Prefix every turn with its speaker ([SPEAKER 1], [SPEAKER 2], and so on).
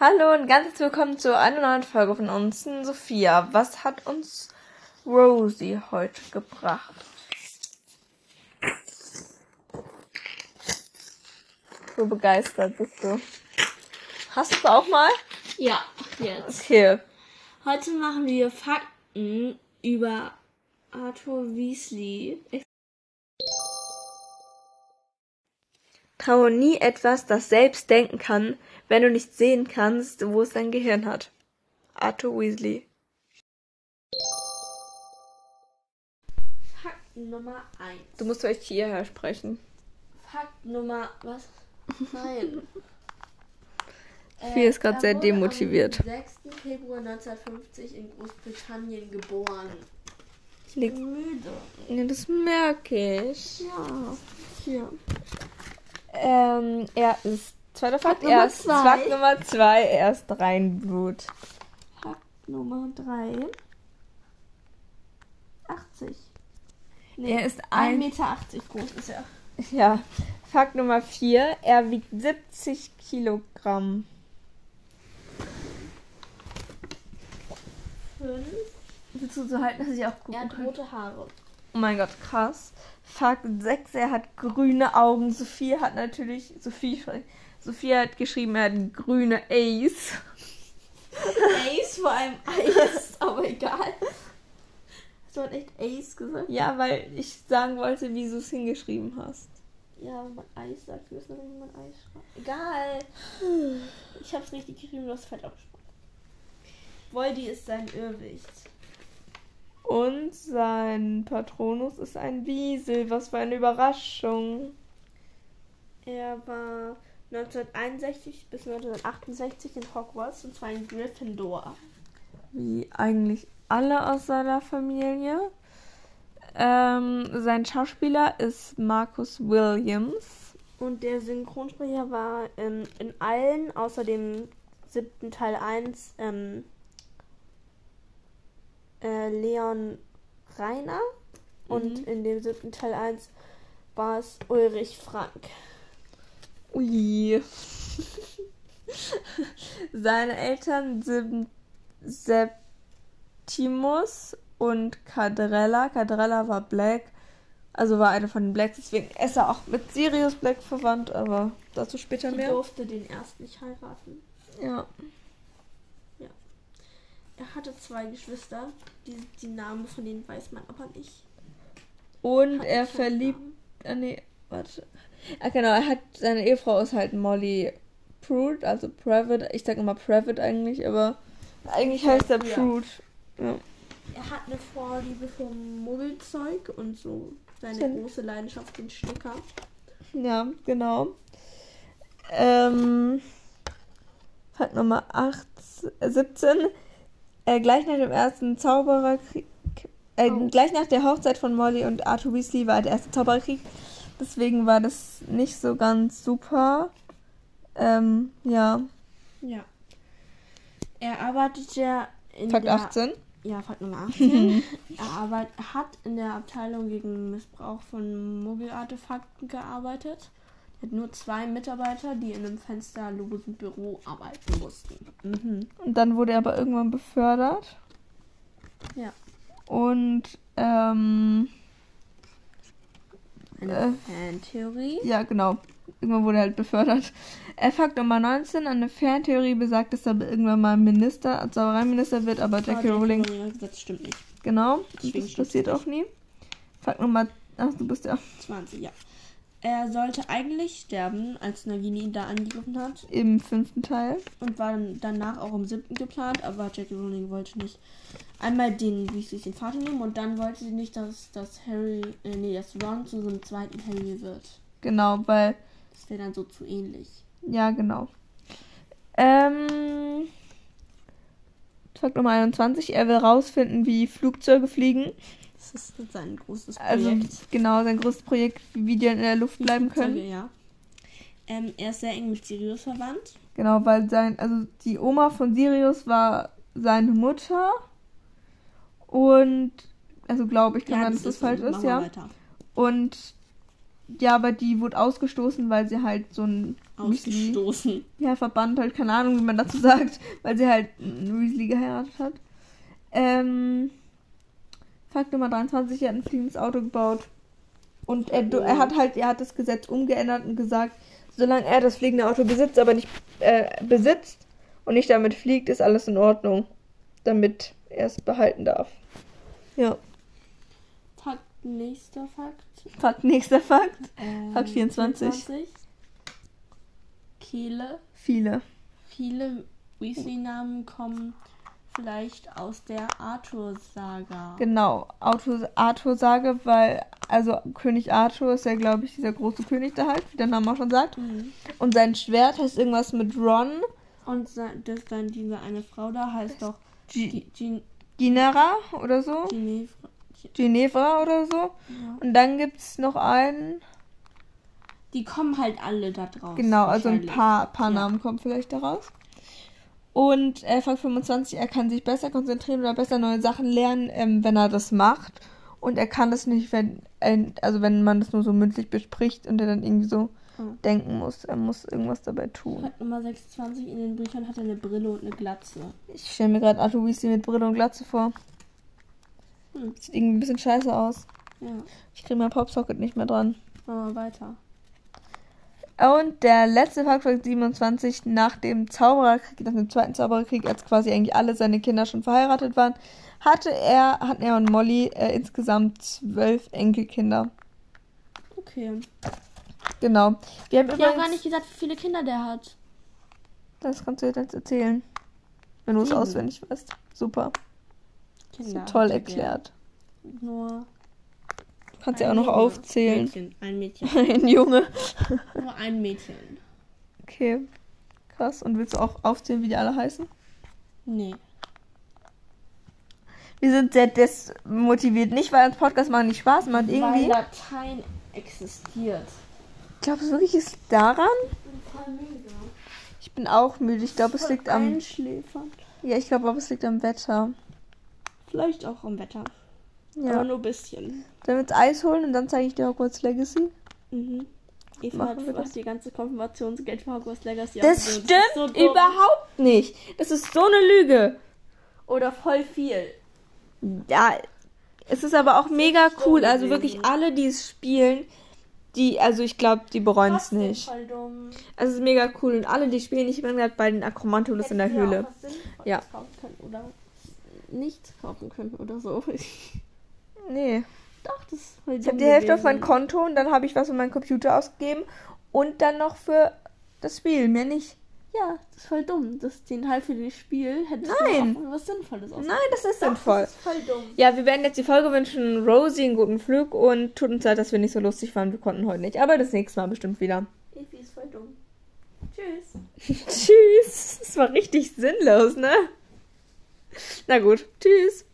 [SPEAKER 1] Hallo und ganz herzlich willkommen zu einer neuen Folge von uns, Sophia. Was hat uns Rosie heute gebracht? So begeistert bist du. Hast du auch mal?
[SPEAKER 2] Ja, jetzt.
[SPEAKER 1] Okay.
[SPEAKER 2] Heute machen wir Fakten über Arthur Weasley.
[SPEAKER 1] Traue nie etwas, das selbst denken kann, wenn du nicht sehen kannst, wo es dein Gehirn hat. Arthur Weasley.
[SPEAKER 2] Fakt Nummer 1.
[SPEAKER 1] Du musst euch hierher sprechen.
[SPEAKER 2] Fakt Nummer. Was? Nein. Äh,
[SPEAKER 1] Sophie ist gerade
[SPEAKER 2] er
[SPEAKER 1] sehr
[SPEAKER 2] wurde
[SPEAKER 1] demotiviert.
[SPEAKER 2] Am 6. Februar 1950 in Großbritannien geboren.
[SPEAKER 1] Ich leg-
[SPEAKER 2] Müde.
[SPEAKER 1] Ja, das merke ich.
[SPEAKER 2] Ja. Hier.
[SPEAKER 1] Ähm, er ist. Zweiter Fakt,
[SPEAKER 2] Nummer
[SPEAKER 1] er ist
[SPEAKER 2] zwei.
[SPEAKER 1] Fakt Nummer zwei, er ist Reinblut.
[SPEAKER 2] Fakt Nummer 3. 80.
[SPEAKER 1] Er ist
[SPEAKER 2] 1,80 Meter groß ist er.
[SPEAKER 1] Ja. Fakt Nummer vier, er wiegt 70 Kilogramm.
[SPEAKER 2] 5.
[SPEAKER 1] Willst du so halten, dass ich auch
[SPEAKER 2] Er hat rote Haare.
[SPEAKER 1] Oh mein Gott, krass. Fakt 6, er hat grüne Augen. Sophie hat natürlich. Sophie, Sophie hat geschrieben, er hat grüne Ace.
[SPEAKER 2] Ace vor allem Eis, aber egal. Hast du halt echt Ace gesagt?
[SPEAKER 1] Ja, weil ich sagen wollte, wie du es hingeschrieben hast.
[SPEAKER 2] Ja, wenn man Eis sagt, wir wissen, wenn man Eis schreibt. Egal. Ich hab's richtig geschrieben, du hast falsch abgesprochen. Voldy ist sein Irrwicht.
[SPEAKER 1] Und sein Patronus ist ein Wiesel. Was für eine Überraschung.
[SPEAKER 2] Er war 1961 bis 1968 in Hogwarts und zwar in Gryffindor.
[SPEAKER 1] Wie eigentlich alle aus seiner Familie. Ähm, sein Schauspieler ist Marcus Williams.
[SPEAKER 2] Und der Synchronsprecher war ähm, in allen, außer dem siebten Teil 1, ähm, äh, Leon Reiner. Und
[SPEAKER 1] Mhm.
[SPEAKER 2] in dem siebten Teil 1 war es Ulrich Frank.
[SPEAKER 1] Ui. Seine Eltern sind Septimus und Cadrella. Cadrella war Black, also war eine von den Blacks, deswegen ist er auch mit Sirius Black verwandt, aber dazu später
[SPEAKER 2] Die
[SPEAKER 1] mehr.
[SPEAKER 2] durfte den erst nicht heiraten.
[SPEAKER 1] Ja.
[SPEAKER 2] Er hatte zwei Geschwister. Die, die Namen von denen weiß man aber nicht.
[SPEAKER 1] Und
[SPEAKER 2] Hat
[SPEAKER 1] er
[SPEAKER 2] nicht viele
[SPEAKER 1] verliebt.
[SPEAKER 2] Namen.
[SPEAKER 1] Ah, nee, warte. Ah, genau, er hat seine Ehefrau ist halt Molly Prude, also Private. Ich sag immer Private eigentlich, aber eigentlich heißt er
[SPEAKER 2] Ja.
[SPEAKER 1] Prude. Ja.
[SPEAKER 2] Er hat eine Vorliebe für Muggelzeug und so. Seine
[SPEAKER 1] Schön.
[SPEAKER 2] große Leidenschaft sind Sticker.
[SPEAKER 1] Ja, genau. Ähm, Fakt Nummer 8, äh, 17. Äh, gleich nach dem ersten Zaubererkrieg, äh,
[SPEAKER 2] Oh.
[SPEAKER 1] gleich nach der Hochzeit von Molly und Arthur Weasley war der erste Zaubererkrieg. Deswegen war das nicht so ganz super. Ähm, ja.
[SPEAKER 2] Ja. Er arbeitet ja in
[SPEAKER 1] Fakt
[SPEAKER 2] der
[SPEAKER 1] 18.
[SPEAKER 2] Ja, Fakt Nummer 18. er arbeit, hat in der Abteilung gegen Missbrauch von Muggelartefakten gearbeitet. Er hat nur zwei Mitarbeiter, die in einem fensterlosen Büro arbeiten mussten.
[SPEAKER 1] Und dann wurde er aber irgendwann befördert.
[SPEAKER 2] Ja.
[SPEAKER 1] Und, ähm, Äh.
[SPEAKER 2] Eine Fantheorie.
[SPEAKER 1] Ja, genau. Irgendwann wurde er halt befördert. Äh, Fakt Nummer 19. Eine Ferntheorie besagt, dass er irgendwann mal Minister, Sauereiminister wird, aber Jackie
[SPEAKER 2] Aber Ah, die
[SPEAKER 1] Rowling,
[SPEAKER 2] Theorie hat gesagt, stimmt nicht.
[SPEAKER 1] genau. Und
[SPEAKER 2] Deswegen
[SPEAKER 1] das passiert
[SPEAKER 2] stimmt's
[SPEAKER 1] auch nie. Fakt Nummer, ach, du bist ja
[SPEAKER 2] 20, ja. Er sollte eigentlich sterben, als Nagini ihn da angegriffen hat.
[SPEAKER 1] im fünften Teil.
[SPEAKER 2] Und war dann danach auch im siebten geplant, aber Jackie Rowling wollte nicht einmal den Weasleys den Vater nehmen und dann wollte sie nicht, dass, dass Harry, äh, nee, dass Ron zu so einem zweiten Harry wird.
[SPEAKER 1] Genau, weil,
[SPEAKER 2] Das wäre dann so zu ähnlich.
[SPEAKER 1] ja, genau. Ähm, Fakt Nummer 21. Er will rausfinden, wie Flugzeuge fliegen.
[SPEAKER 2] Das ist jetzt ein großes
[SPEAKER 1] Also,
[SPEAKER 2] Projekt.
[SPEAKER 1] genau, sein größtes Projekt, wie die in der Luft bleiben können.
[SPEAKER 2] Sorry, ja. Ähm, er ist sehr eng mit Sirius verwandt.
[SPEAKER 1] Genau, weil sein, also die Oma von Sirius war seine Mutter und also glaube ich, kann man, dass das falsch
[SPEAKER 2] machen
[SPEAKER 1] ist,
[SPEAKER 2] wir
[SPEAKER 1] ja.
[SPEAKER 2] Weiter.
[SPEAKER 1] Und ja, aber die wurde ausgestoßen, weil sie halt so ein Weasley,
[SPEAKER 2] Ausgestoßen.
[SPEAKER 1] ja, Verband halt, keine Ahnung, wie man dazu sagt, weil sie halt einen Weasley geheiratet hat. Ähm, Fakt Nummer 23, er hat ein fliegendes Auto gebaut. Und er, du- er hat halt, er hat das Gesetz umgeändert und gesagt, solange er das fliegende Auto besitzt, aber nicht äh, besitzt und nicht damit fliegt, ist alles in Ordnung, damit er es behalten darf. Ja,
[SPEAKER 2] Fakt, nächster Fakt.
[SPEAKER 1] Fakt, nächster Fakt.
[SPEAKER 2] Ähm,
[SPEAKER 1] Fakt 24.
[SPEAKER 2] 24. Kehle.
[SPEAKER 1] Viele.
[SPEAKER 2] Viele Weasley-Namen kommen vielleicht aus der Arthur-Saga.
[SPEAKER 1] Genau, Arthur, Arthur sage, weil, also König Arthur ist ja, glaube ich, dieser große König da halt, wie der Name auch schon sagt.
[SPEAKER 2] Mhm.
[SPEAKER 1] Und sein Schwert heißt irgendwas mit Ron,
[SPEAKER 2] Und se- das dann diese eine Frau da heißt doch
[SPEAKER 1] G
[SPEAKER 2] Gi- Gin-
[SPEAKER 1] Ginevra oder so.
[SPEAKER 2] Ginevra. Gi-
[SPEAKER 1] Ginevra oder so.
[SPEAKER 2] Ja.
[SPEAKER 1] Und dann gibt es noch einen.
[SPEAKER 2] Die kommen halt alle da draus.
[SPEAKER 1] Genau, also ein
[SPEAKER 2] wahrscheinlich.
[SPEAKER 1] paar, paar
[SPEAKER 2] Ja.
[SPEAKER 1] Namen kommen vielleicht daraus. Und äh, Fakt 25, er kann sich besser konzentrieren oder besser neue Sachen lernen, ähm, wenn er das macht. Und er kann das nicht, wenn, ein- also wenn man das nur so mündlich bespricht und er dann irgendwie so
[SPEAKER 2] Mhm.
[SPEAKER 1] denken muss, er muss irgendwas dabei tun.
[SPEAKER 2] Fakt Nummer 26 in den Büchern hat er eine Brille und eine Glatze.
[SPEAKER 1] Ich stelle mir gerade Arthur Weasley mit Brille und Glatze vor.
[SPEAKER 2] Hm.
[SPEAKER 1] Sieht irgendwie ein bisschen scheiße aus.
[SPEAKER 2] Ja.
[SPEAKER 1] Ich kriege mein Popsocket nicht mehr dran.
[SPEAKER 2] Machen wir weiter.
[SPEAKER 1] Und der letzte Fakt, Fakt 27, nach dem Zaubererkrieg, nach dem zweiten Zaubererkrieg, als quasi eigentlich alle seine Kinder schon verheiratet waren, hatte er, hatten er und Molly äh, insgesamt zwölf Enkelkinder.
[SPEAKER 2] Okay.
[SPEAKER 1] Genau. Wir haben
[SPEAKER 2] Ich habe gar
[SPEAKER 1] übrigens...
[SPEAKER 2] nicht gesagt, wie viele Kinder der hat.
[SPEAKER 1] das kannst du jetzt erzählen, wenn du es
[SPEAKER 2] Sieben.
[SPEAKER 1] auswendig weißt. Super.
[SPEAKER 2] Kinder. hat
[SPEAKER 1] Toll
[SPEAKER 2] der.
[SPEAKER 1] erklärt.
[SPEAKER 2] Nur
[SPEAKER 1] Du kannst
[SPEAKER 2] ein
[SPEAKER 1] ja auch noch
[SPEAKER 2] Junge.
[SPEAKER 1] aufzählen.
[SPEAKER 2] Mädchen. Ein Mädchen.
[SPEAKER 1] Ein Junge.
[SPEAKER 2] Nur ein Mädchen.
[SPEAKER 1] Okay. Krass. Und willst du auch aufzählen, wie die alle heißen?
[SPEAKER 2] Nee.
[SPEAKER 1] Wir sind sehr desmotiviert. Nicht, weil uns Podcast machen nicht Spaß macht.
[SPEAKER 2] Weil
[SPEAKER 1] Irgendwie.
[SPEAKER 2] Latein existiert.
[SPEAKER 1] Glaubst du wirklich, es ist daran? Ich bin auch müde. Ich glaube, es liegt am.
[SPEAKER 2] Einschläfern.
[SPEAKER 1] Ja, ich glaube, aber es liegt am Wetter.
[SPEAKER 2] Vielleicht auch am Wetter. Aber
[SPEAKER 1] Ja.
[SPEAKER 2] nur ein bisschen.
[SPEAKER 1] Sollen wir uns Eis holen und dann zeige ich dir Hogwarts Legacy?
[SPEAKER 2] Mhm. Eva
[SPEAKER 1] Machen
[SPEAKER 2] hat
[SPEAKER 1] wir das.
[SPEAKER 2] fast die ganze Konfirmationsgeld für Hogwarts Legacy
[SPEAKER 1] Das
[SPEAKER 2] ausgegeben.
[SPEAKER 1] stimmt
[SPEAKER 2] ist so dumm.
[SPEAKER 1] überhaupt nicht. Das ist so eine Lüge.
[SPEAKER 2] Oder voll viel.
[SPEAKER 1] Ja, es ist aber auch mega cool.
[SPEAKER 2] dumm
[SPEAKER 1] Also
[SPEAKER 2] gewesen.
[SPEAKER 1] wirklich alle, die es spielen, die, also ich glaube, die bereuen es
[SPEAKER 2] Trotzdem
[SPEAKER 1] nicht.
[SPEAKER 2] Voll dumm.
[SPEAKER 1] Also es ist mega cool. Und alle, die spielen, ich bin gerade bei den Akromantulus in der
[SPEAKER 2] Hätten wir
[SPEAKER 1] Höhle.
[SPEAKER 2] auch was Sinnvolles
[SPEAKER 1] Ja.
[SPEAKER 2] kaufen können oder nichts kaufen können oder so.
[SPEAKER 1] Nee.
[SPEAKER 2] Doch, das ist voll
[SPEAKER 1] Ich habe
[SPEAKER 2] dumm
[SPEAKER 1] die Hälfte auf mein
[SPEAKER 2] gewesen.
[SPEAKER 1] Konto und dann habe ich was für meinen Computer ausgegeben und dann noch für das Spiel. Mehr nicht.
[SPEAKER 2] Ja, das ist voll dumm. Das, den Teil für das Spiel hättest
[SPEAKER 1] Nein.
[SPEAKER 2] du auch was Sinnvolles aus.
[SPEAKER 1] Nein, das ist sinnvoll.
[SPEAKER 2] Das ist voll dumm.
[SPEAKER 1] Ja, wir werden jetzt die Folge wünschen. Rosie einen guten Flug und tut uns leid, dass wir nicht so lustig waren. Wir konnten heute nicht. Aber das nächste Mal bestimmt wieder.
[SPEAKER 2] Evi ist voll dumm. Tschüss.
[SPEAKER 1] Tschüss. Das war richtig sinnlos, ne? Na gut. Tschüss.